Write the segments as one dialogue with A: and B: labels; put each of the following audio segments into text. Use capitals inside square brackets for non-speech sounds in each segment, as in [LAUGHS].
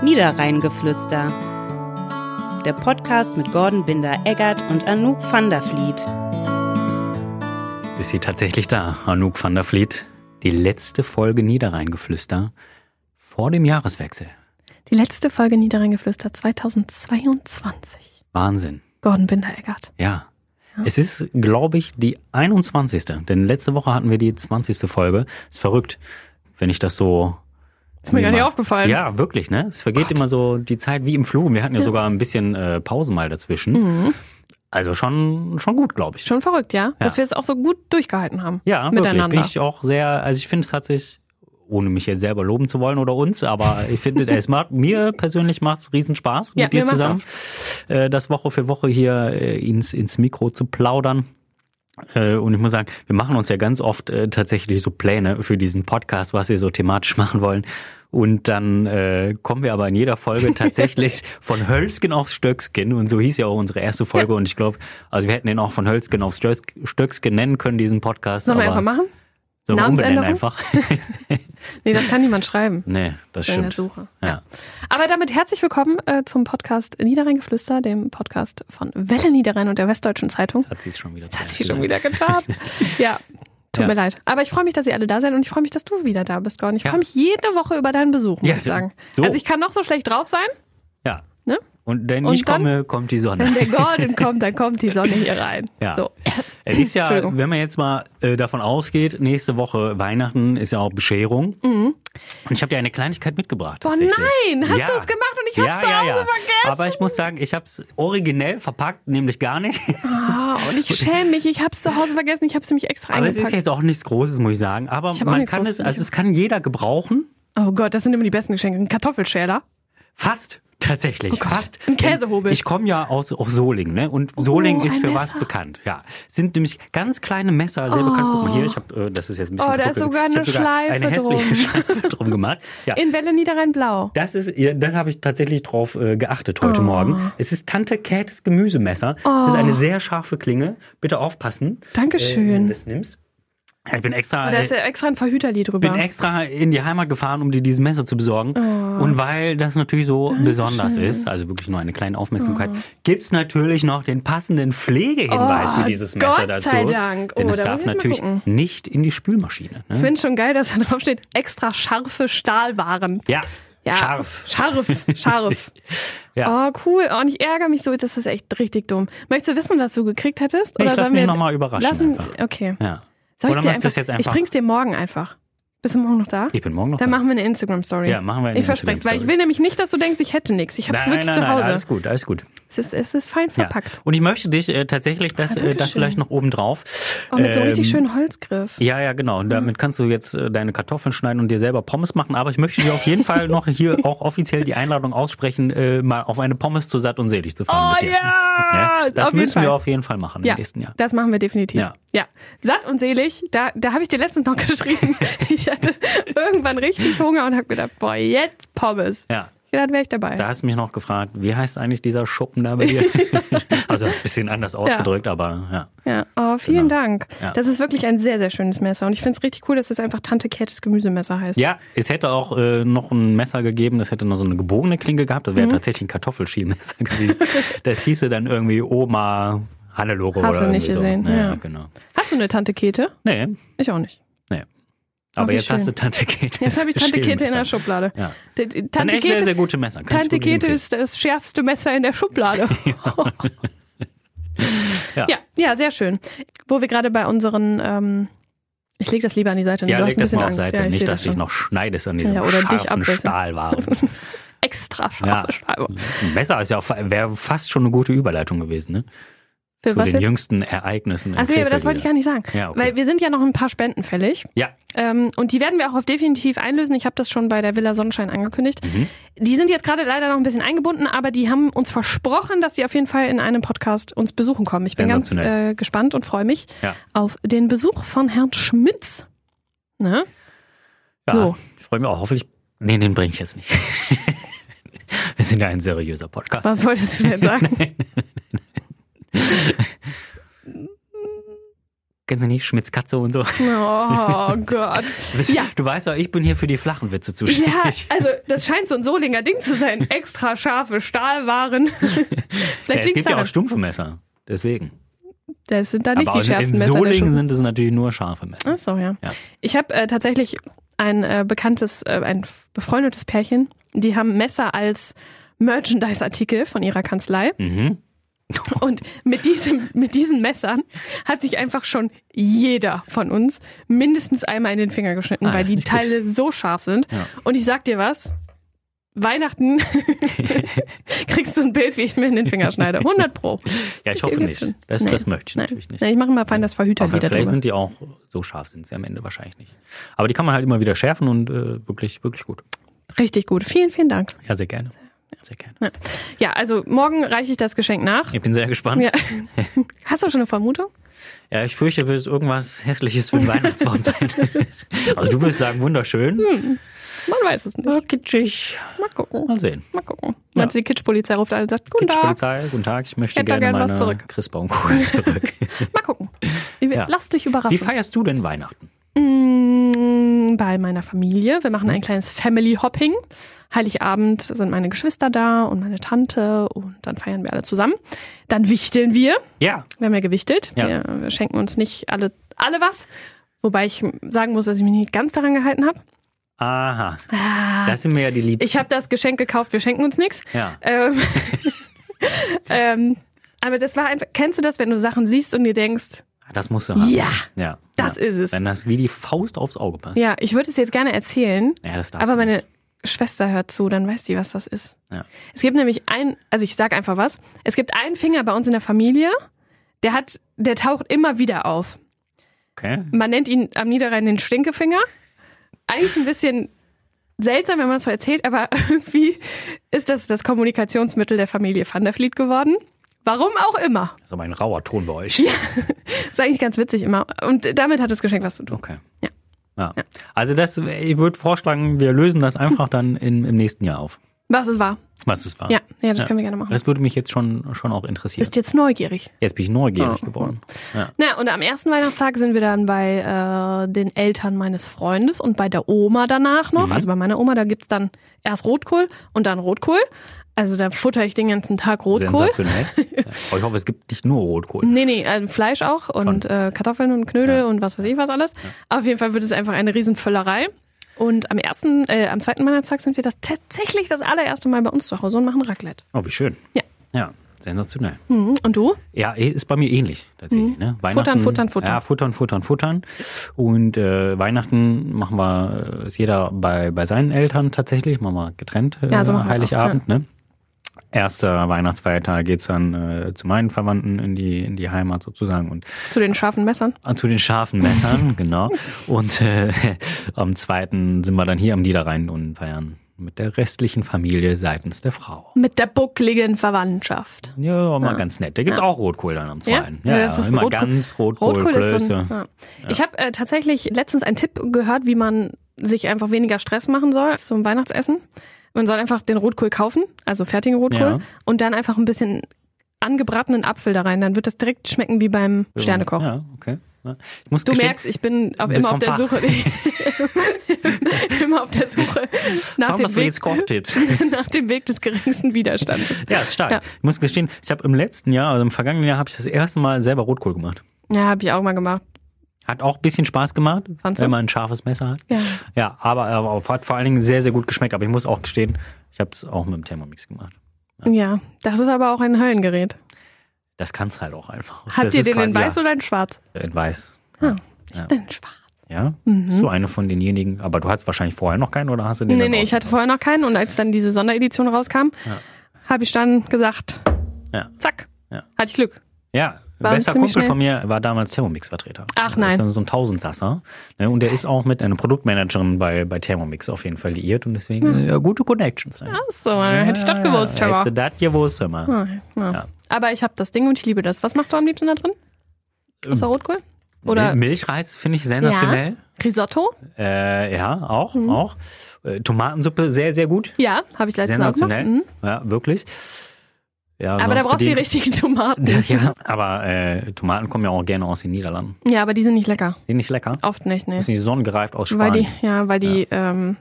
A: Niederrheingeflüster. Der Podcast mit Gordon Binder-Eggert und Anouk van der Vliet.
B: Sie ist sie tatsächlich da, Anouk van der Vliet. Die letzte Folge Niederrheingeflüster vor dem Jahreswechsel.
C: Die letzte Folge Niederrheingeflüster 2022.
B: Wahnsinn.
C: Gordon Binder-Eggert.
B: Ja. Es ist, glaube ich, die 21. Denn letzte Woche hatten wir die 20. Folge. Ist verrückt, wenn ich das so.
C: Ist mir gar nicht aufgefallen.
B: Ja, wirklich, ne? Es vergeht immer so die Zeit wie im Flug. Wir hatten ja, sogar ein bisschen äh, Pausen mal dazwischen.
C: Mhm.
B: Also schon, schon gut, glaube ich.
C: Schon verrückt, ja? Dass wir es auch so gut durchgehalten haben.
B: Ja,
C: miteinander.
B: wirklich. Bin ich auch sehr, also ich finde, es hat sich, ohne mich jetzt selber loben zu wollen oder uns, aber ich finde, es macht, mir persönlich macht es riesen Spaß,
C: Ja,
B: mit dir
C: mir macht's
B: zusammen, äh, das Woche für Woche hier äh, ins, ins Mikro zu plaudern. Äh, Und ich muss sagen, wir machen uns ja ganz oft äh, tatsächlich so Pläne für diesen Podcast, was wir so thematisch [LAUGHS] machen wollen. Und dann äh, kommen wir aber in jeder
C: [LAUGHS]
B: Folge tatsächlich von Hölzgen auf Stöckskin. Und so hieß ja auch unsere erste Folge. Und ich glaube, also wir hätten den auch von Hölzgen auf Stöck- Stöckskin nennen können, diesen Podcast.
C: Sollen wir
B: aber
C: einfach machen?
B: sollen wir umbenennen
C: Namensänderung?
B: einfach.
C: [LAUGHS]
B: [LAUGHS]
C: Nee, das kann niemand schreiben.
B: nee, das
C: in der
B: stimmt.
C: Suche.
B: Ja.
C: Aber damit herzlich willkommen äh, zum Podcast Niederrheingeflüster, dem Podcast von Welle Niederrhein und der Westdeutschen Zeitung.
B: Hat sie es schon wieder
C: Das hat sich schon wieder
B: [LAUGHS]
C: getan. ja. Tut
B: Ja.
C: mir leid. Aber ich freue mich, dass ihr alle da seid und ich freue mich, dass du wieder da bist, Gordon. Ich
B: Ja.
C: freue mich jede Woche über deinen Besuch, muss
B: Ja,
C: ich sagen.
B: so.
C: Also ich kann noch so schlecht drauf sein,
B: Ja.
C: ne?
B: Und wenn
C: Und
B: ich
C: dann-
B: komme, kommt die Sonne.
C: Wenn der Gordon kommt, dann kommt die Sonne hier rein.
B: [LAUGHS] Ja.
C: So.
B: Es ist ja,
C: Entschuldigung.
B: wenn man jetzt mal äh, davon ausgeht, nächste Woche Weihnachten ist ja auch Bescherung. Und ich habe dir eine Kleinigkeit mitgebracht.
C: Mhm. Boah,
B: tatsächlich.
C: Oh nein! Hast du es gemacht und ich hab's zu Hause vergessen?
B: Aber ich muss sagen, ich habe es originell verpackt, nämlich gar nicht. [LAUGHS]
C: Ah, und ich schäme mich. Ich habe es zu Hause vergessen. Ich habe es nämlich extra
B: Aber es
C: eingepackt.
B: ist jetzt auch nichts Großes, muss ich sagen. Aber
C: Ich hab auch
B: man
C: nichts
B: kann
C: Großes
B: es, also es kann jeder gebrauchen.
C: oh Gott, das sind immer die besten Geschenke. Ein Kartoffelschäler.
B: Fast. Tatsächlich,
C: Oh Gott,
B: fast.
C: ein Käsehobel. Oh,
B: Ich komme ja aus, aus Solingen, ne? Und Solingen ist
C: ein
B: für was
C: Messer.
B: bekannt. Ja, sind nämlich ganz kleine Messer, sehr bekannt. Guck mal hier, ich habe, äh, das ist jetzt ein bisschen.
C: Oh, da
B: kaputt
C: ist sogar
B: gegangen.
C: eine
B: ich hab sogar eine
C: Schleife
B: hässliche
C: drum.
B: Schleife drum gemacht. Ja,
C: In Welle Niederrhein-Blau.
B: das ist, ja, das habe ich tatsächlich drauf äh, geachtet heute
C: Oh.
B: Morgen. Es ist Tante Käthes Gemüsemesser. Es ist eine sehr scharfe Klinge. Bitte aufpassen, äh, wenn du
C: Dankeschön.
B: das nimmst. Ja, Ich bin extra.
C: da
B: äh,
C: ist ja extra ein Verhüterli drüber.
B: bin extra in die Heimat gefahren, um dir dieses Messer zu besorgen.
C: Oh.
B: Und weil das natürlich so besonders ist, also wirklich nur eine kleine Aufmerksamkeit, gibt's natürlich noch den passenden Pflegehinweis
C: Oh,
B: für dieses
C: Gott
B: Messer dazu.
C: sei Dank.
B: Denn
C: Oh,
B: es
C: da
B: darf
C: muss ich mal
B: natürlich
C: gucken.
B: nicht in die Spülmaschine.
C: ich
B: Ne?
C: finde schon geil, dass da drauf steht, extra scharfe Stahlwaren.
B: Ja,
C: Ja. Oh,
B: scharf.
C: Scharf, scharf.
B: [LAUGHS] Ja.
C: Oh, cool. Oh, und ich ärgere mich so, das ist echt richtig dumm. Möchtest du wissen, was du gekriegt hättest?
B: Nee, ich
C: Oder
B: lass
C: sollen
B: mich
C: wir-
B: nochmal überraschen
C: Lassen,
B: einfach.
C: okay.
B: Ja.
C: Soll
B: Oder
C: ich's dir
B: machst du es jetzt
C: Ich
B: einfach?
C: bring's dir morgen einfach. Bist du morgen noch da?
B: Ich bin morgen noch
C: Dann
B: da.
C: machen wir eine Instagram-Story.
B: Ja, machen wir eine
C: Ich verspreche es, weil ich
B: Instagram-Story.
C: will nämlich nicht, dass du denkst, ich hätte nichts. Ich habe es
B: Nein,
C: wirklich
B: nein,
C: zu
B: nein,
C: Hause.
B: Alles gut, alles gut.
C: es, ist, es ist fein verpackt.
B: Und ich möchte dich äh, tatsächlich das, äh, das
C: Dankeschön.
B: vielleicht noch oben drauf.
C: Auch mit so einem richtig
B: Ähm,
C: schönen Holzgriff.
B: Ja, ja, genau. Und
C: Mhm.
B: damit kannst du jetzt äh, deine Kartoffeln schneiden und dir selber Pommes machen. Aber ich möchte dir auf jeden Fall noch
C: [LAUGHS]
B: hier auch offiziell die Einladung aussprechen, äh, mal auf eine Pommes zu satt und selig zu fahren.
C: Oh
B: mit dir.
C: ja!
B: Ne? Das
C: Auf jeden
B: müssen
C: Fall.
B: wir auf jeden Fall machen im nächsten Jahr.
C: Das machen wir definitiv.
B: Ja.
C: Ja. Satt und selig, da, da habe ich dir letztens noch [LAUGHS] geschrieben. ich hatte irgendwann richtig Hunger und habe gedacht, boah, jetzt Pommes.
B: Ja.
C: Ja, dann wäre ich dabei.
B: Da hast du mich noch gefragt, wie heißt eigentlich dieser Schuppen da bei
C: [LAUGHS]
B: dir? also das ist ein bisschen anders ausgedrückt, aber ja.
C: Ja. Oh, vielen Dank.
B: Genau. Ja.
C: Das ist wirklich ein sehr, sehr schönes Messer. Und ich finde es richtig cool, dass es einfach Tante Käthes Gemüsemesser heißt.
B: Ja, es hätte auch äh, noch ein Messer gegeben, das hätte noch so eine gebogene Klinge gehabt, das wäre
C: Mhm.
B: tatsächlich ein Kartoffelschiermesser [LAUGHS] gewesen. Das hieße dann irgendwie Oma Hannelore
C: Hast
B: oder
C: du nicht
B: irgendwie
C: gesehen,
B: so. Ja,
C: ja.
B: genau.
C: Hast du eine Tante Käthe?
B: Nee,
C: Ich auch nicht.
B: Nee. Aber
C: wie
B: jetzt hast du
C: schön.
B: Tante Käthe.
C: Jetzt habe ich Tante Käthe in der Schublade.
B: Ja.
C: Die- die
B: Ein
C: Tante
B: echt sehr, sehr
C: Käthe,
B: gute Messer. Kann ich
C: Tante
B: wirklich
C: Käthe
B: empfehlen.
C: ist das schärfste Messer in
B: [LAUGHS]
C: der Schublade. [LAUGHS]
B: Ja.
C: Ja, ja, sehr schön. Wo wir gerade bei unseren, ähm, ich lege das lieber an die Seite. ne?
B: Ja,
C: du
B: leg
C: hast ein
B: das
C: bisschen
B: mal auf
C: Angst.
B: Seite.
C: ja, ich
B: Nicht,
C: seh
B: dass
C: das schon.
B: ich noch schneidest an diesem
C: Ja, oder dich
B: scharfen
C: abwischen.
B: Stahlwaren.
C: extra
B: Ja.
C: scharfe Scheibe.
B: Messer ist ja auch, wäre fast schon eine gute Überleitung gewesen, ne?
C: Für
B: Zu
C: was
B: den
C: jetzt?
B: jüngsten Ereignissen. in
C: Achso, ja, aber das
B: Krefeld
C: wollte ich
B: wieder.
C: gar nicht sagen.
B: Ja, okay.
C: Weil wir sind ja noch ein paar Spenden fällig.
B: Ja,
C: Ähm, und die werden wir auch auf definitiv einlösen. Ich habe das schon bei der Villa Sonnenschein angekündigt.
B: Mhm.
C: Die sind jetzt gerade leider noch ein bisschen eingebunden, aber die haben uns versprochen, dass sie auf jeden Fall in einem Podcast uns besuchen kommen. Ich bin ganz
B: Sensationell.
C: äh, gespannt und freue mich
B: Ja.
C: auf den Besuch von Herrn Schmitz. Ne?
B: ja.
C: So.
B: Ich freue mich auch. Hoffentlich. Nee, den bringe ich jetzt nicht. [LAUGHS] wir sind ja ein seriöser Podcast.
C: Was
B: [LAUGHS]
C: wolltest du denn sagen?
B: kennst du nicht, Schmitz Katze und so.
C: Oh Gott. Ja.
B: Du weißt doch, ich bin hier für die flachen Witze zuständig.
C: Ja, also das scheint so ein Solinger Ding
B: [LAUGHS]
C: zu sein. Extra scharfe Stahlwaren.
B: Ja,
C: Vielleicht
B: es
C: liegt
B: gibt
C: daran.
B: ja auch stumpfe Messer. Deswegen.
C: Das sind da nicht
B: Aber
C: die
B: in-
C: schärfsten
B: in
C: Messer. der
B: Solingen
C: Schuppen.
B: sind es natürlich nur scharfe Messer.
C: Ach so, ja.
B: Ja.
C: Ich habe äh, tatsächlich ein äh, bekanntes, äh, ein f- befreundetes Pärchen, die haben Messer als Merchandise-Artikel von
B: [LAUGHS]
C: ihrer Kanzlei.
B: Mhm.
C: Und mit, diesem, mit diesen Messern hat sich einfach schon jeder von uns mindestens einmal in den Finger geschnitten,
B: Ah,
C: weil
B: ist
C: die
B: nicht gut.
C: Teile so scharf sind.
B: Ja.
C: Und ich sag dir was,
B: [LAUGHS]
C: Weihnachten kriegst du ein Bild, wie ich mir in den Finger schneide.
B: [LAUGHS]
C: 100 Pro.
B: Ja, ich hoffe nicht.
C: geht's schon.
B: Das,
C: Nee.
B: das möchte ich
C: Nein.
B: natürlich nicht.
C: Nein, ich mache mal fein das Verhüter
B: Aber
C: wieder
B: vielleicht
C: drüber.
B: sind die auch so scharf, sind sie am Ende wahrscheinlich nicht. Aber die kann man halt immer wieder schärfen und äh, wirklich, wirklich gut.
C: Richtig gut. Vielen, vielen Dank.
B: Ja, sehr gerne. Sehr gerne.
C: Ja, ja also morgen reiche ich das Geschenk nach.
B: Ich bin sehr gespannt.
C: Ja.
B: Ja,
C: Hast du schon eine Vermutung?
B: ich fürchte, wird irgendwas Hässliches für den [LAUGHS] Weihnachtsbaum sein. also du würdest sagen, wunderschön.
C: Man weiß es nicht.
B: Ja, Hm, kitschig.
C: Mal gucken.
B: Mal sehen.
C: Mal gucken. Meinst du, die Kitschpolizei ruft an und sagt, guten Tag.
B: Polizei, guten Tag, ich möchte
C: Hätte da
B: gerne
C: gern was
B: meine
C: zurück.
B: Christbaumkugel [LAUGHS] zurück.
C: Mal gucken. Wir-
B: Ja.
C: Lass dich
B: Wie
C: überraschen.
B: feierst du denn Weihnachten?
C: Mm, Bei meiner Familie. Wir machen
B: Mhm.
C: ein kleines Family Hopping. Heiligabend sind meine Geschwister da und meine Tante und dann feiern wir alle zusammen. Dann wichteln wir.
B: Ja,
C: Wir haben ja gewichtelt.
B: Ja.
C: Wir, wir schenken uns nicht alle, alle was. Wobei ich sagen muss, dass ich mich nicht ganz daran gehalten habe.
B: aha. Das sind mir ja die Liebsten.
C: Ich habe das Geschenk gekauft, wir schenken uns nichts.
B: ja.
C: Ähm, [LAUGHS] ähm, aber das war einfach, kennst du das, wenn du Sachen siehst und dir denkst,
B: Das musst du haben.
C: Ja,
B: ja.
C: das
B: ja.
C: ist es.
B: Wenn das wie die Faust aufs Auge passt.
C: ja, ich würde es jetzt gerne erzählen,
B: Ja, das darfst
C: aber
B: du
C: meine
B: nicht.
C: Schwester hört zu, dann weiß die, was das ist.
B: Ja.
C: Es gibt nämlich ein, also ich sag einfach was, es gibt einen Finger bei uns in der Familie, der hat, der taucht immer wieder auf.
B: Okay.
C: Man nennt ihn am Niederrhein den Stinkefinger. Eigentlich ein bisschen seltsam, wenn man es so erzählt, aber [LAUGHS] irgendwie ist das das Kommunikationsmittel der Familie Van der Vliet geworden. Warum auch immer.
B: Das ist aber ein rauer Ton bei euch.
C: Ist eigentlich ganz witzig immer. Und damit hat das Geschenk was zu tun.
B: Okay.
C: Ja.
B: Ja. Also das, ich würde vorschlagen, wir lösen das einfach dann in, im nächsten Jahr auf,
C: Was es war.
B: was es war.
C: Ja, ja, das
B: Ja.
C: können wir gerne machen.
B: Das würde mich jetzt schon, schon auch interessieren.
C: Ist jetzt neugierig.
B: Jetzt bin ich neugierig
C: Oh.
B: geworden. Ja.
C: Na, und am ersten Weihnachtstag sind wir dann bei äh, den Eltern meines Freundes und bei der Oma danach noch. Also bei meiner Oma, da gibt's dann erst Rotkohl und dann Rotkohl. Also da futter ich den ganzen Tag Rotkohl. [LAUGHS]
B: Sensationell. ja. Aber ich hoffe, es gibt nicht nur Rotkohl.
C: Nee, nee, also Fleisch auch und äh, Kartoffeln und Knödel und was weiß ich was alles. Auf jeden Fall wird es einfach eine Riesenvöllerei. Und am ersten, äh, am zweiten Weihnachtstag sind wir das tatsächlich das allererste Mal bei uns zu Hause und machen Raclette.
B: Oh, wie schön.
C: Ja.
B: Ja, sensationell.
C: Mhm. Und du?
B: Ja, eh, ist bei mir ähnlich tatsächlich. Ne?
C: Mhm. Futtern, futtern, futtern.
B: Ja, futtern, futtern, futtern. Und äh, Weihnachten machen wir, äh, ist jeder bei, bei seinen Eltern tatsächlich, machen wir getrennt äh,
C: Ja, so machen wir's
B: Heiligabend. Ne? Erster Weihnachtsfeiertag geht's dann äh, zu meinen Verwandten in die, in die Heimat sozusagen und
C: Zu den scharfen Messern?
B: Ah, zu den scharfen
C: [LAUGHS]
B: Messern, genau. Und äh, am zweiten sind wir dann hier am Niederrhein und feiern mit der restlichen Familie seitens der Frau.
C: Mit der buckligen Verwandtschaft.
B: Ja, war mal ganz nett. Da gibt's auch Rotkohl dann am zweiten. Ja, ja,
C: das ist
B: immer
C: Rotkohl.
B: ganz Rotkohl,
C: Rotkohl ist so
B: Klöße.
C: ein, ja. Ich habe äh, tatsächlich letztens einen Tipp gehört, wie man sich einfach weniger Stress machen soll zum Weihnachtsessen. Man soll einfach den Rotkohl kaufen, also fertigen Rotkohl,
B: Ja.
C: und dann einfach ein bisschen angebratenen Apfel da rein. Dann wird das direkt schmecken wie beim Sternekoch.
B: Ja, okay. Ja. Ich muss
C: Du
B: gestehen,
C: merkst, ich bin auf,
B: bist
C: immer auf
B: vom
C: der
B: Fach.
C: Suche. [LAUGHS] immer auf
B: [LAUGHS]
C: der Suche nach
B: Founder
C: dem,
B: Free
C: Weg,
B: jetzt Kochtipps.
C: [LAUGHS] nach dem Weg des geringsten Widerstandes.
B: Ja, ist stark.
C: Ja.
B: Ich muss gestehen, ich habe im letzten Jahr, also im vergangenen Jahr, habe ich das erste Mal selber Rotkohl gemacht.
C: Ja, habe ich auch mal gemacht.
B: Hat auch ein bisschen Spaß gemacht,
C: Fandst du?
B: wenn man ein scharfes Messer hat.
C: Ja.
B: Ja, aber, aber hat vor allen Dingen sehr, sehr gut geschmeckt. Aber ich muss auch gestehen, ich habe es auch mit dem Thermomix gemacht.
C: ja, das ist aber auch ein Höllengerät.
B: Das kann's halt auch einfach.
C: Hat
B: das
C: ihr
B: ist
C: den in
B: quasi-
C: weiß oder in schwarz?
B: Ja, in weiß.
C: Ah,
B: Ja.
C: In schwarz.
B: Ja? Bist du eine von denjenigen? Aber du hattest wahrscheinlich vorher noch keinen oder hast du den
C: Nee,
B: dann
C: nee, ich hatte vorher noch keinen und als dann diese Sonderedition rauskam, habe ich dann gesagt,
B: Ja.
C: zack,
B: Ja.
C: hatte ich Glück.
B: Ja, ein
C: War
B: bester
C: ziemlich
B: Kumpel
C: schnell.
B: von mir war damals Thermomix-Vertreter.
C: Ach,
B: Das ist
C: nein.
B: dann so ein Tausendsasser. Ne? Und der ist auch mit einer Produktmanagerin bei, bei Thermomix auf jeden Fall liiert und deswegen äh, gute Connections. Ne?
C: Ach So, dann Hm. Ah, hätte ich das gewusst,
B: ja,
C: aber.
B: Hättest du das gewusst, hör mal.
C: ja.
B: Ja.
C: Aber ich habe das Ding und ich liebe das. Was machst du am liebsten da drin?
B: Ähm,
C: Außer Rotkohl? Oder
B: Milchreis finde ich sensationell.
C: Risotto?
B: Äh, ja, auch,
C: Mhm.
B: auch. Äh, Tomatensuppe sehr, sehr gut.
C: Ja, habe ich letztens auch gemacht.
B: Sensationell.
C: Mhm.
B: Ja, wirklich. Ja,
C: Aber da
B: sonst
C: brauchst du die
B: bedingt.
C: richtigen Tomaten.
B: [LAUGHS] Ja, aber äh, Tomaten kommen ja auch gerne aus den Niederlanden.
C: Ja, aber die sind nicht lecker.
B: Sind nicht lecker.
C: Oft nicht, ne.
B: Sind die sonnengereift aus
C: Weil
B: Spanien.
C: die, ja, weil die Ähm,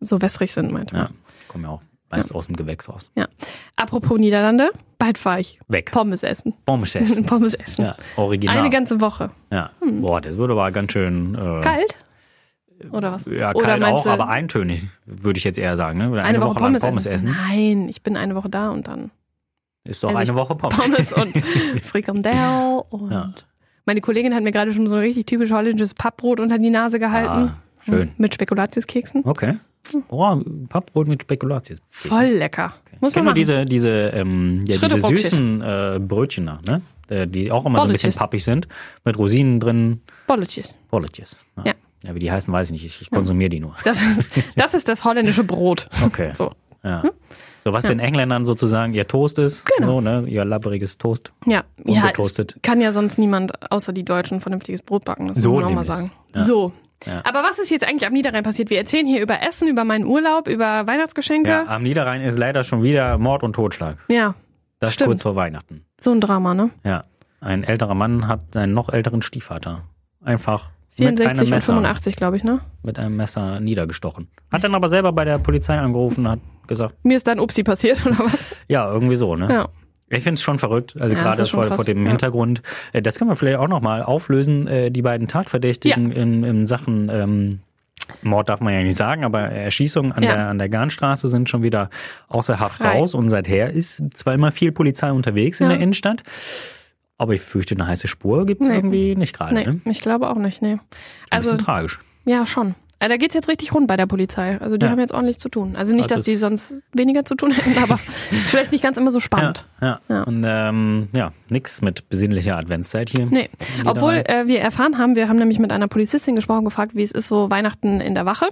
C: so wässrig sind, meint man.
B: ja, kommen ja auch meist aus dem Gewächshaus.
C: Apropos Niederlande, bald fahre ich
B: Weg.
C: Pommes essen.
B: Pommes
C: [LAUGHS]
B: essen.
C: Pommes essen.
B: Ja, genau. original.
C: Eine ganze Woche.
B: ja. Boah, das würde aber ganz schön. Äh,
C: Kalt? Oder was?
B: Ja,
C: Oder
B: kalt
C: meinst
B: auch,
C: du-
B: aber eintönig, würde ich jetzt eher sagen. Ne? Eine,
C: Eine, Woche,
B: lang
C: Pommes,
B: Pommes
C: essen.
B: essen.
C: Nein, ich bin eine Woche da und
B: [LAUGHS]
C: dann
B: Ist doch
C: Also
B: eine
C: ich-
B: Woche Pommes.
C: Pommes und
B: [LAUGHS]
C: Frikandel und
B: Ja.
C: meine Kollegin hat mir gerade schon so ein richtig typisch holländisches Pappbrot unter die Nase gehalten.
B: Ah, schön.
C: Mit Spekulatiuskeksen.
B: Okay. Oh, Pappbrot mit Spekulatius.
C: Hm. Voll lecker. Muss
B: Ich kenn
C: man
B: nur diese,
C: machen.
B: diese, ähm, ja, diese
C: Schrittebrötchen.
B: süßen äh, Brötchen da, ne? Äh, Die auch immer so ein bisschen
C: Bolletjes.
B: pappig sind. Mit Rosinen drin.
C: Bolletjes.
B: Bolletjes. ne?
C: Ja.
B: ja. Wie die heißen, weiß ich nicht. Ich, ich konsumiere die nur.
C: Das, [LAUGHS] das ist das
B: [LAUGHS]
C: holländische Brot. [LAUGHS]
B: Okay.
C: So.
B: Ja. So, was den Engländern sozusagen ihr Toast ist.
C: Hm? Genau.
B: So, ne? Ihr labberiges Toast.
C: Ja, ja es
B: Ungetoastet.
C: kann ja sonst niemand außer die Deutschen vernünftiges Brot backen. Das
B: So
C: muss man auch mal
B: nämlich.
C: sagen.
B: Ja.
C: So.
B: Ja.
C: Aber was ist jetzt eigentlich am Niederrhein passiert? Wir erzählen hier über Essen, über meinen Urlaub, über Weihnachtsgeschenke.
B: Ja, am Niederrhein ist leider schon wieder Mord und Totschlag.
C: Ja,
B: Das
C: Stimmt.
B: kurz vor Weihnachten.
C: so ein Drama, ne?
B: Ja. Ein älterer Mann hat seinen noch älteren Stiefvater einfach mit
C: 64
B: einem
C: und
B: Messer
C: 85, glaube ich, ne?
B: mit einem Messer niedergestochen. Hat dann aber selber bei der Polizei angerufen, hat gesagt,
C: Mir ist dann Upsi passiert [LAUGHS] oder was?
B: ja, irgendwie so, ne?
C: Ja.
B: Ich finde es schon verrückt, also
C: Ja, das
B: gerade
C: ist schon
B: vor,
C: krass,
B: vor dem
C: ja.
B: Hintergrund. Äh, Das können wir vielleicht auch nochmal auflösen, äh, die beiden Tatverdächtigen in, in Sachen ähm, Mord darf man ja nicht sagen, aber Erschießungen an,
C: Ja.
B: der, an der Garnstraße sind schon wieder außer Haft
C: Frei.
B: raus und seither ist zwar immer viel Polizei unterwegs in
C: Ja.
B: der Innenstadt, aber ich fürchte, eine heiße Spur gibt es
C: Nee.
B: irgendwie nicht gerade.
C: Nee,
B: Ne?
C: ich glaube auch nicht, nee.
B: Ein
C: Also,
B: bisschen tragisch.
C: ja, schon. Also, da geht's jetzt richtig rund bei der Polizei. Also, die
B: Ja.
C: haben jetzt ordentlich zu tun. Also, nicht,
B: Also
C: dass die
B: es-
C: sonst weniger zu tun [LAUGHS] hätten,
B: [LAUGHS]
C: aber ist vielleicht nicht ganz immer so
B: Ja,
C: spannend.
B: ja.
C: Ja.
B: Und ähm, ja, nix mit besinnlicher Adventszeit hier.
C: Nee,
B: Wieder
C: obwohl
B: rein.
C: äh, wir erfahren haben, wir haben nämlich mit einer Polizistin gesprochen, gefragt, wie es ist, so Weihnachten in der Wache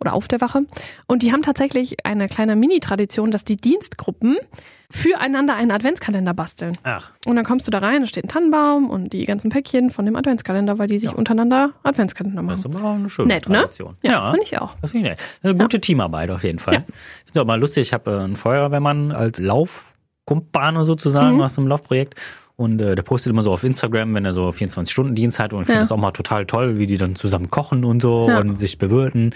C: oder auf der Wache. Und die haben tatsächlich eine kleine Mini-Tradition, dass die Dienstgruppen füreinander einen Adventskalender basteln.
B: Ach,
C: Und dann kommst du da rein, da steht ein Tannenbaum und die ganzen Päckchen von dem Adventskalender, weil die sich untereinander Adventskalender
B: das ist
C: machen.
B: aber auch eine schöne
C: Nett, ne?
B: Tradition.
C: Ja, fand ich auch.
B: Das finde ich nett. Eine gute Teamarbeit auf jeden Fall.
C: Ja.
B: Ich finde auch mal lustig, ich habe äh, einen Feuerwehrmann als Laufkumpane sozusagen
C: Mhm.
B: aus einem Laufprojekt. Und äh, der postet immer so auf Instagram, wenn er so 24-Stunden-Dienst hat. Und ich finde
C: Ja.
B: das auch mal total toll, wie die dann zusammen kochen und so
C: Ja.
B: und sich bewirten.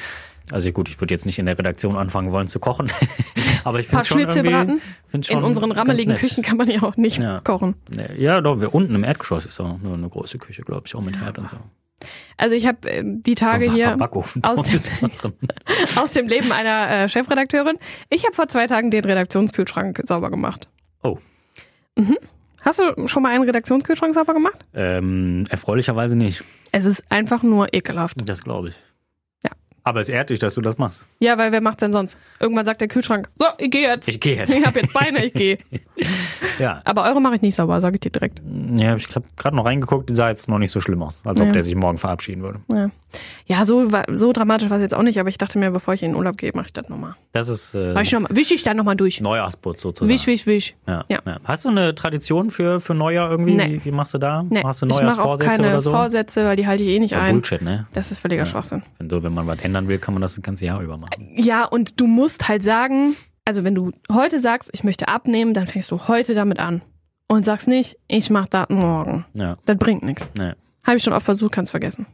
B: Also gut, ich würde jetzt nicht in der Redaktion anfangen wollen zu kochen. [LAUGHS] Aber ich finde
C: Paar
B: es schon
C: Schnitzel braten.
B: irgendwie... find's schon
C: In unseren
B: ganz
C: rammeligen
B: nett.
C: Küchen kann man ja auch nicht
B: Ja.
C: kochen.
B: Ja, doch, wir unten im Erdgeschoss ist auch nur eine große Küche, glaube ich, auch mit Herd und so.
C: Also ich habe äh, die Tage hier
B: Backofen. [LAUGHS]
C: aus dem-
B: Ist drin.
C: aus dem Leben einer äh, Chefredakteurin. Ich habe vor zwei Tagen den Redaktionskühlschrank sauber gemacht.
B: Oh.
C: Mhm. Hast du schon mal einen Redaktionskühlschrank sauber gemacht?
B: ähm, erfreulicherweise nicht,
C: Es ist einfach nur ekelhaft.
B: das glaube ich.
C: Ja.
B: Aber es ehrt dich, dass du das machst.
C: Ja, weil wer macht's denn sonst? Irgendwann sagt der Kühlschrank, so, ich gehe jetzt.
B: Ich gehe jetzt.
C: [LAUGHS] Ich habe jetzt Beine,
B: [LAUGHS]
C: ich gehe.
B: Ja,
C: Aber eure mache ich nicht sauber, sage ich dir direkt.
B: ja ich habe gerade noch reingeguckt, die sah jetzt noch nicht so schlimm aus, als ob
C: Ja.
B: der sich morgen verabschieden würde.
C: Ja, ja so, wa- so dramatisch war es jetzt auch nicht, aber ich dachte mir, bevor ich in den Urlaub gehe, mache ich das nochmal.
B: Das ist äh,
C: Mach ich noch mal- Wisch ich da nochmal durch.
B: Neujahrsputz sozusagen.
C: Wisch, wisch, wisch.
B: Ja,
C: Ja.
B: ja. Hast du eine Tradition für, für Neujahr irgendwie?
C: Nee.
B: Wie, wie machst du da?
C: Nee,
B: Hast du
C: ich mache auch
B: Neujahrsvorsätze
C: keine
B: oder so?
C: Vorsätze, weil die halte ich eh nicht ein.
B: Bullshit, ne?
C: Das ist völliger Schwachsinn.
B: Wenn, so, wenn man was ändern will, kann man das das ganze Jahr über machen.
C: Ja, und du musst halt sagen, also wenn du heute sagst, ich möchte abnehmen, dann fängst du heute damit an. Und sagst nicht, ich mach das morgen.
B: Ja,
C: Das bringt nichts.
B: ne.
C: Habe ich schon oft versucht, kannst vergessen.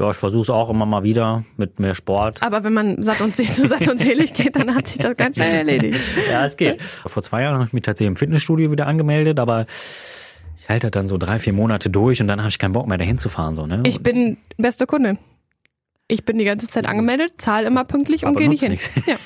B: Ja, ich versuche es auch immer mal wieder mit mehr Sport.
C: Aber wenn man satt und sich zu satt und selig geht, dann hat sich das ganz schnell erledigt.
B: [LAUGHS] Ja, es geht. Vor zwei Jahren habe ich mich tatsächlich im Fitnessstudio wieder angemeldet, aber ich halte das dann so drei, vier Monate durch und dann habe ich keinen Bock mehr dahin zu fahren. So, ne?
C: Ich bin beste Kundin. Ich bin die ganze Zeit angemeldet, zahle immer pünktlich und
B: Aber
C: gehe nicht hin.
B: nutzt
C: [LAUGHS] Ja.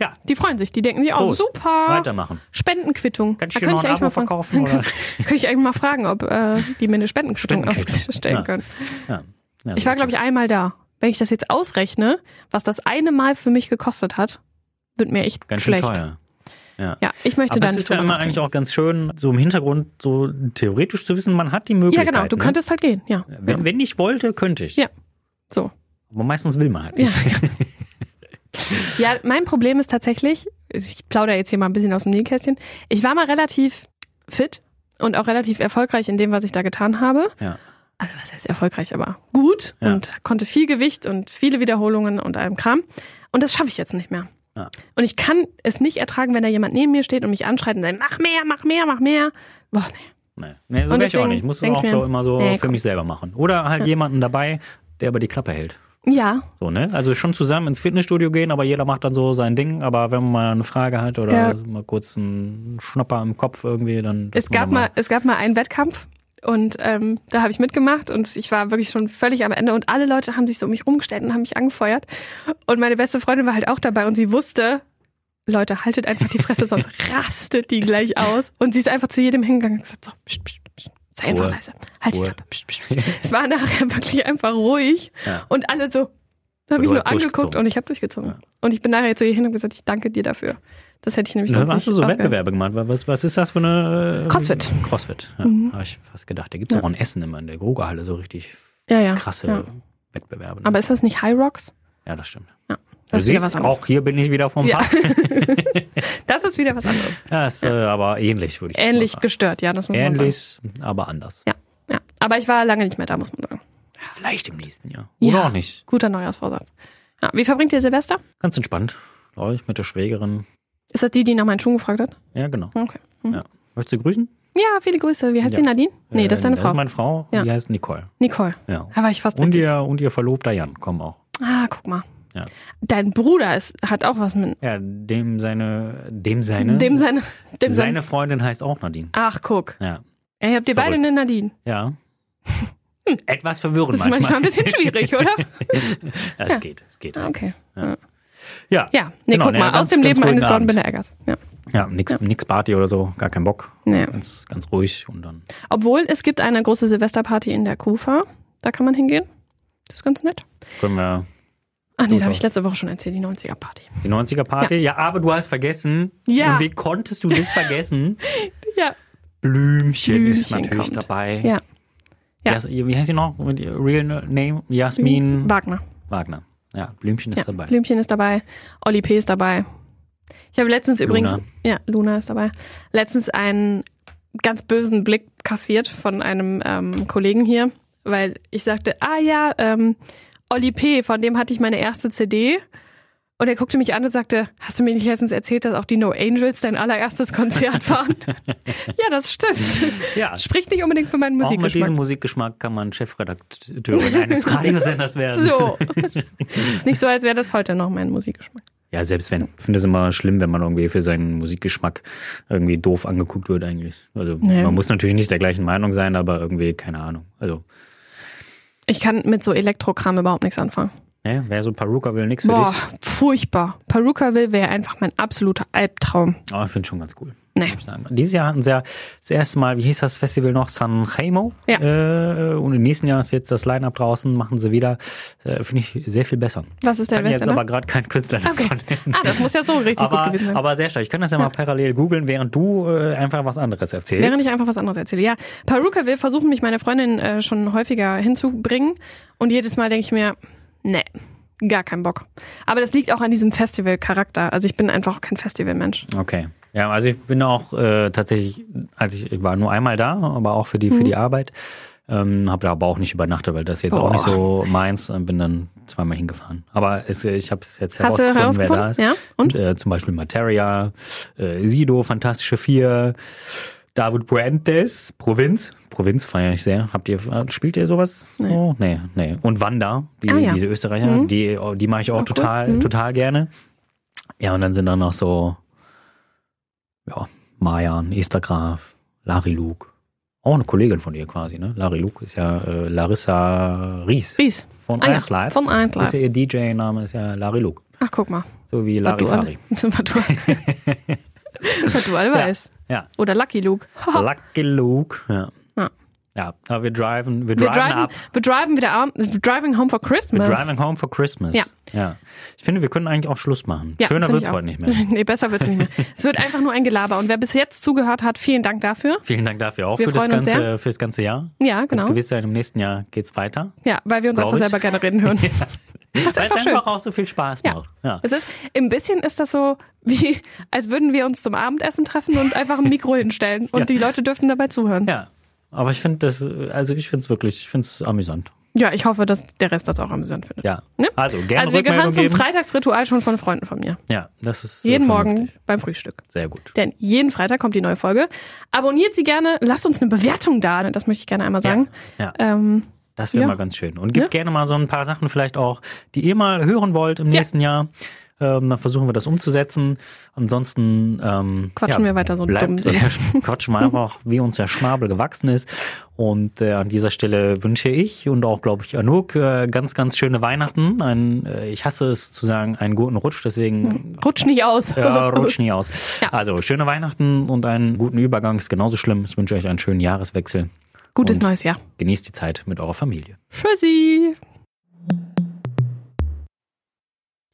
B: Ja.
C: Die freuen sich, die denken sich, oh,
B: Prost.
C: super.
B: Weitermachen.
C: Spendenquittung.
B: Kannst
C: Da
B: du dir noch
C: ich
B: ein
C: eigentlich
B: Abo
C: mal fragen-
B: verkaufen?
C: [LAUGHS]
B: Oder?
C: Könnte ich eigentlich mal fragen, ob äh, die mir eine Spendenquittung
B: Spendenquittung.
C: ausstellen
B: Ja.
C: können.
B: Ja. Ja,
C: Ich
B: so
C: war,
B: ist
C: glaube ich,
B: Also das.
C: einmal da. Wenn ich das jetzt ausrechne, was das eine Mal für mich gekostet hat, wird mir echt
B: ganz schön
C: schlecht.
B: teuer. Ja.
C: Ja, ich möchte
B: Aber
C: da
B: es
C: nicht
B: ist ja
C: drüber
B: immer
C: nachdenken.
B: eigentlich auch ganz schön, so im Hintergrund so theoretisch zu wissen, man hat die Möglichkeit.
C: Ja, genau, du
B: ne?
C: könntest halt gehen, ja.
B: Wenn, wenn ich wollte, könnte ich.
C: Ja. So.
B: Aber meistens will man halt
C: Ja.
B: nicht.
C: Ja, mein Problem ist tatsächlich, ich plaudere jetzt hier mal ein bisschen aus dem Nähkästchen. Ich war mal relativ fit und auch relativ erfolgreich in dem, was ich da getan habe.
B: Ja.
C: Also was heißt erfolgreich, aber gut
B: Ja.
C: und konnte viel Gewicht und viele Wiederholungen und allem Kram. Und das schaffe ich jetzt nicht mehr.
B: Ja.
C: Und ich kann es nicht ertragen, wenn da jemand neben mir steht und mich anschreit und sagt, mach mehr, mach mehr, mach mehr. Boah, nee.
B: Nee, nee so
C: Und
B: wär ich auch
C: deswegen
B: nicht. Ich muss es
C: denk ich
B: auch
C: mir,
B: so immer so
C: nee,
B: für
C: komm.
B: mich selber machen. Oder halt jemanden dabei, der aber die Klappe hält.
C: Ja,
B: So, ne? Also schon zusammen ins Fitnessstudio gehen, aber jeder macht dann so sein Ding. Aber wenn man mal eine Frage hat oder
C: Ja.
B: mal kurz einen Schnapper im Kopf irgendwie, dann.
C: es
B: dass man
C: gab,
B: dann
C: mal, es gab mal einen Wettkampf und ähm, da habe ich mitgemacht und ich war wirklich schon völlig am Ende und alle Leute haben sich so um mich rumgestellt und haben mich angefeuert. Und meine beste Freundin war halt auch dabei und sie wusste, Leute, haltet einfach die
B: [LAUGHS]
C: Fresse, sonst rastet die gleich aus. Und sie ist einfach zu jedem hingegangen und gesagt, so, pst, pst, pst, sei einfach
B: Ruhe.
C: leise, halt
B: Ruhe.
C: die Klappe. Pst, pst, pst. Es war nachher [LAUGHS] wirklich einfach ruhig
B: Ja.
C: und alle so,
B: Und
C: da habe ich
B: du
C: nur
B: hast
C: angeguckt
B: durchgezogen.
C: und ich habe durchgezogen.
B: Ja.
C: Und ich bin nachher zu ihr hin und gesagt, ich danke dir dafür. Das hätte ich nämlich sonst
B: Dann hast
C: nicht
B: Ne, du so
C: ausgehalten.
B: Wettbewerbe gemacht. Was, was ist das für eine. äh,
C: Crossfit. Mhm.
B: Crossfit, ja. Habe ich fast gedacht. Da gibt es auch in Essen immer in der Grugerhalle so richtig
C: Ja, ja.
B: krasse
C: Ja.
B: Wettbewerbe. ne?
C: Aber ist das nicht High Rocks?
B: ja, das stimmt.
C: Ja.
B: Du
C: Das ist wieder
B: siehst,
C: was anderes.
B: auch hier bin ich wieder vom
C: Ja.
B: Fach. [LAUGHS]
C: Das ist wieder was anderes.
B: Ja, ist äh, aber ähnlich, würde ich jetzt mal
C: [LAUGHS] Ähnlich
B: sagen.
C: gestört, ja, das muss man sagen.
B: Ähnlich, mhm, aber anders.
C: Ja, ja. Aber ich war lange nicht mehr da, muss man sagen.
B: Vielleicht im nächsten Jahr. Oder
C: Ja.
B: auch nicht.
C: Guter Neujahrsvorsatz. Ja, wie verbringt ihr Silvester?
B: Ganz entspannt, glaube ich, mit der Schwägerin.
C: Ist das die, die nach meinen Schuhen gefragt hat?
B: Ja, genau.
C: Okay.
B: Ja. Möchtest du grüßen?
C: Ja, viele Grüße. Wie heißt die Nadine? Nee, das ist deine
B: Äh, Das
C: Frau.
B: ist meine Frau,
C: Ja.
B: die heißt Nicole.
C: Nicole.
B: Ja.
C: Da war ich fast
B: Und
C: richtig.
B: ihr, und ihr Verlobter Jan kommen auch.
C: Ah, guck mal.
B: Ja.
C: Dein Bruder ist, hat auch was mit
B: Ja, dem seine, dem seine,
C: dem seine. Dem sein-
B: seine Freundin heißt auch Nadine.
C: Ach, guck.
B: Ja.
C: Ey, habt ihr
B: Ist
C: beide
B: verrückt.
C: eine Nadine? [LAUGHS]
B: Ja. Etwas verwirrend
C: Das ist manchmal ein
B: manchmal.
C: bisschen schwierig, oder?
B: [LAUGHS] Ja,
C: Ah,
B: es geht, es geht.
C: Okay.
B: Ja.
C: Ja, nee,
B: Genau,
C: guck
B: nee,
C: mal,
B: ganz-
C: aus dem
B: ganz
C: Leben
B: ruhigen
C: eines Gordon
B: Abend.
C: Binder Eggers. Ja.
B: Ja, nix, nix Party oder so, gar kein Bock.
C: Nee.
B: Ganz, ganz ruhig und dann.
C: Obwohl, es gibt eine große Silvesterparty in der Kufa. Da kann man hingehen. Das ist ganz nett.
B: Können wir
C: Ach nee,
B: Kufa.
C: da habe ich letzte Woche schon erzählt, die 90er-Party.
B: die 90er-Party. Ja. aber du hast vergessen.
C: Ja.
B: Und wie konntest du das vergessen?
C: [LAUGHS] Ja.
B: Blümchen, ist
C: Blümchen
B: natürlich
C: kommt.
B: dabei.
C: Ja. Ja.
B: Jas- Wie heißt sie noch? Mit ihr Real Name? Jasmin
C: Wagner.
B: Wagner. Ja, Blümchen ist
C: Ja.
B: dabei.
C: Blümchen ist dabei. Olli P. ist dabei. Ich habe letztens übrigens.
B: Luna.
C: Ja, Luna ist dabei. Letztens einen ganz bösen Blick kassiert von einem ähm, Kollegen hier, weil ich sagte: Ah ja, ähm, Olli P., von dem hatte ich meine erste CD. Und er guckte mich an und sagte, hast du mir nicht letztens erzählt, dass auch die No Angels dein
B: [LAUGHS]
C: allererstes Konzert waren? ja, das stimmt.
B: Ja.
C: Spricht nicht unbedingt für meinen
B: Auch mit
C: Musikgeschmack.
B: diesem Musikgeschmack kann man Chefredakteurin eines
C: [LAUGHS]
B: Radiosenders werden. [LAUGHS]
C: So. ist nicht so, als wäre das heute noch mein Musikgeschmack.
B: Ja, selbst wenn. Ich finde es immer schlimm, wenn man irgendwie für seinen Musikgeschmack irgendwie doof angeguckt wird eigentlich. Also
C: Nee.
B: man muss natürlich nicht der gleichen Meinung sein, aber irgendwie, keine Ahnung. Also,
C: Ich kann mit so Elektrokram überhaupt nichts anfangen.
B: ne, wer so Paruka will, nix für
C: Boah,
B: dich.
C: furchtbar. Peruka will wäre einfach mein absoluter Albtraum.
B: Aber ich finde schon ganz cool.
C: Nee.
B: muss ich Sagen. Dieses Jahr hatten sie ja das erste Mal, wie hieß das Festival noch? San Remo.
C: Ja.
B: Äh, und im nächsten Jahr ist jetzt das Line-Up draußen, machen sie wieder. Äh, finde ich sehr viel besser.
C: Was ist der
B: Kann jetzt
C: Beste?
B: aber
C: ne?
B: gerade kein Künstler
C: Okay.
B: davon nennen.
C: Ah, das muss ja so
B: [LAUGHS]
C: richtig
B: aber,
C: gut gewesen ne? sein.
B: aber sehr schön. Ich kann das ja mal parallel googeln, während du äh, einfach was anderes erzählst.
C: Während ich einfach was anderes erzähle. Ja, Peruka will versuchen mich meine Freundin äh, schon häufiger hinzubringen. Und jedes Mal denke ich mir, nee, gar keinen Bock. Aber das liegt auch an diesem Festival-Charakter. Also ich bin einfach auch kein Festivalmensch.
B: Okay. Ja, also ich bin auch äh, tatsächlich, als ich, ich war nur einmal da, aber auch für die,
C: Mhm.
B: für die Arbeit. Ähm, habe da aber auch nicht übernachtet, weil das ist jetzt auch
C: Boah.
B: nicht so meins und bin dann zweimal hingefahren. Aber es, ich habe es jetzt
C: Hast du
B: herausgefunden, wer da ist.
C: herausgefunden? Ja? Und?
B: Äh, zum Beispiel Materia, äh, Sido, Fantastische Vier, David Puentes, Provinz. Provinz feiere ich sehr. Habt ihr, äh, spielt ihr sowas? Nee. Oh, nee, nee. Und Wanda, die,
C: Ah, ja.
B: diese Österreicher, die, oh, die mache ich auch,
C: auch cool. Mhm.
B: total, total gerne. Ja, und dann sind da noch so, ja, Mayan, Esther Graf, Larry Luke. Auch eine Kollegin von ihr quasi, ne? Larry Luke ist ja äh, Larissa Ries
C: Peace.
B: von
C: Ah, ja.
B: Ice Live.
C: Von Eins
B: ist ja
C: Live.
B: ihr DJ-Name ist ja Larry Luke.
C: Ach, guck mal.
B: So wie
C: Was
B: Larry
C: du alle,
B: Fari.
C: [LAUGHS] was du, was du alle weißt.
B: Ja.
C: Oder Lucky Luke.
B: Lucky Luke. Ja.
C: Ja.
B: Ja, aber wir driven, [LAUGHS] wir
C: Wir
B: driven
C: driven,
B: ab.
C: wir driven wieder ab. wir Driving home for
B: Wir
C: Christmas.
B: driving home for Christmas.
C: Ja.
B: ja. Ich finde, wir können eigentlich auch Schluss machen.
C: Ja,
B: Schöner
C: find
B: wird's
C: ich auch.
B: heute nicht mehr.
C: [LAUGHS] nee, besser wird's nicht mehr. Es wird einfach nur ein Gelaber. Und wer bis jetzt zugehört hat, vielen Dank dafür.
B: Vielen Dank dafür auch
C: Wir
B: für, das
C: freuen uns
B: ganze,
C: sehr.
B: für das ganze Jahr.
C: Ja,
B: Mit
C: genau.
B: Gewissheit, im nächsten Jahr geht's weiter.
C: Ja, weil wir uns
B: Glaub
C: einfach
B: ich.
C: selber gerne reden
B: [LAUGHS]
C: hören. Das ist
B: Weil es
C: einfach schön.
B: einfach auch so viel Spaß
C: Ja.
B: macht. Ja.
C: Es ist, ein bisschen ist das so, wie, als würden wir uns zum Abendessen treffen und einfach ein Mikro hinstellen. Und
B: Ja.
C: die Leute dürften dabei zuhören.
B: ja. Aber ich finde das, also ich finde es wirklich, ich finde es amüsant.
C: Ja, ich hoffe, dass der Rest das auch amüsant findet.
B: Ja.
C: Ne?
B: Also gerne
C: also wir gehören
B: Rückmeldung
C: zum
B: geben.
C: Freitagsritual schon von Freunden von mir.
B: Ja, das ist äh,
C: Jeden Morgen
B: vernünftig.
C: beim Frühstück.
B: Sehr gut.
C: Denn jeden Freitag kommt die neue Folge. Abonniert sie gerne, lasst uns eine Bewertung da, das möchte ich gerne einmal sagen.
B: Ja,
C: Ähm,
B: das wäre
C: ja.
B: mal ganz schön. Und gebt
C: Ja.
B: gerne mal so ein paar Sachen vielleicht auch, die ihr mal hören wollt im
C: Ja.
B: nächsten Jahr. Ähm, dann versuchen wir das umzusetzen. Ansonsten ähm,
C: Quatschen wir weiter so
B: bleibt, [LAUGHS]
C: dumm.
B: quatschen wir einfach, wie uns der Schnabel gewachsen ist. Und äh, an dieser Stelle wünsche ich und auch, glaube ich, Anouk äh, ganz, ganz schöne Weihnachten. Ein, äh, ich hasse es zu sagen, einen guten Rutsch, deswegen
C: rutscht nicht aus.
B: Ja, rutscht nie aus.
C: Ja.
B: Also, schöne Weihnachten und einen guten Übergang. Ist genauso schlimm. Ich wünsche euch einen schönen Jahreswechsel.
C: [LAUGHS] Gutes
B: Und
C: neues Jahr.
B: Genießt die Zeit mit eurer Familie.
C: Tschüssi.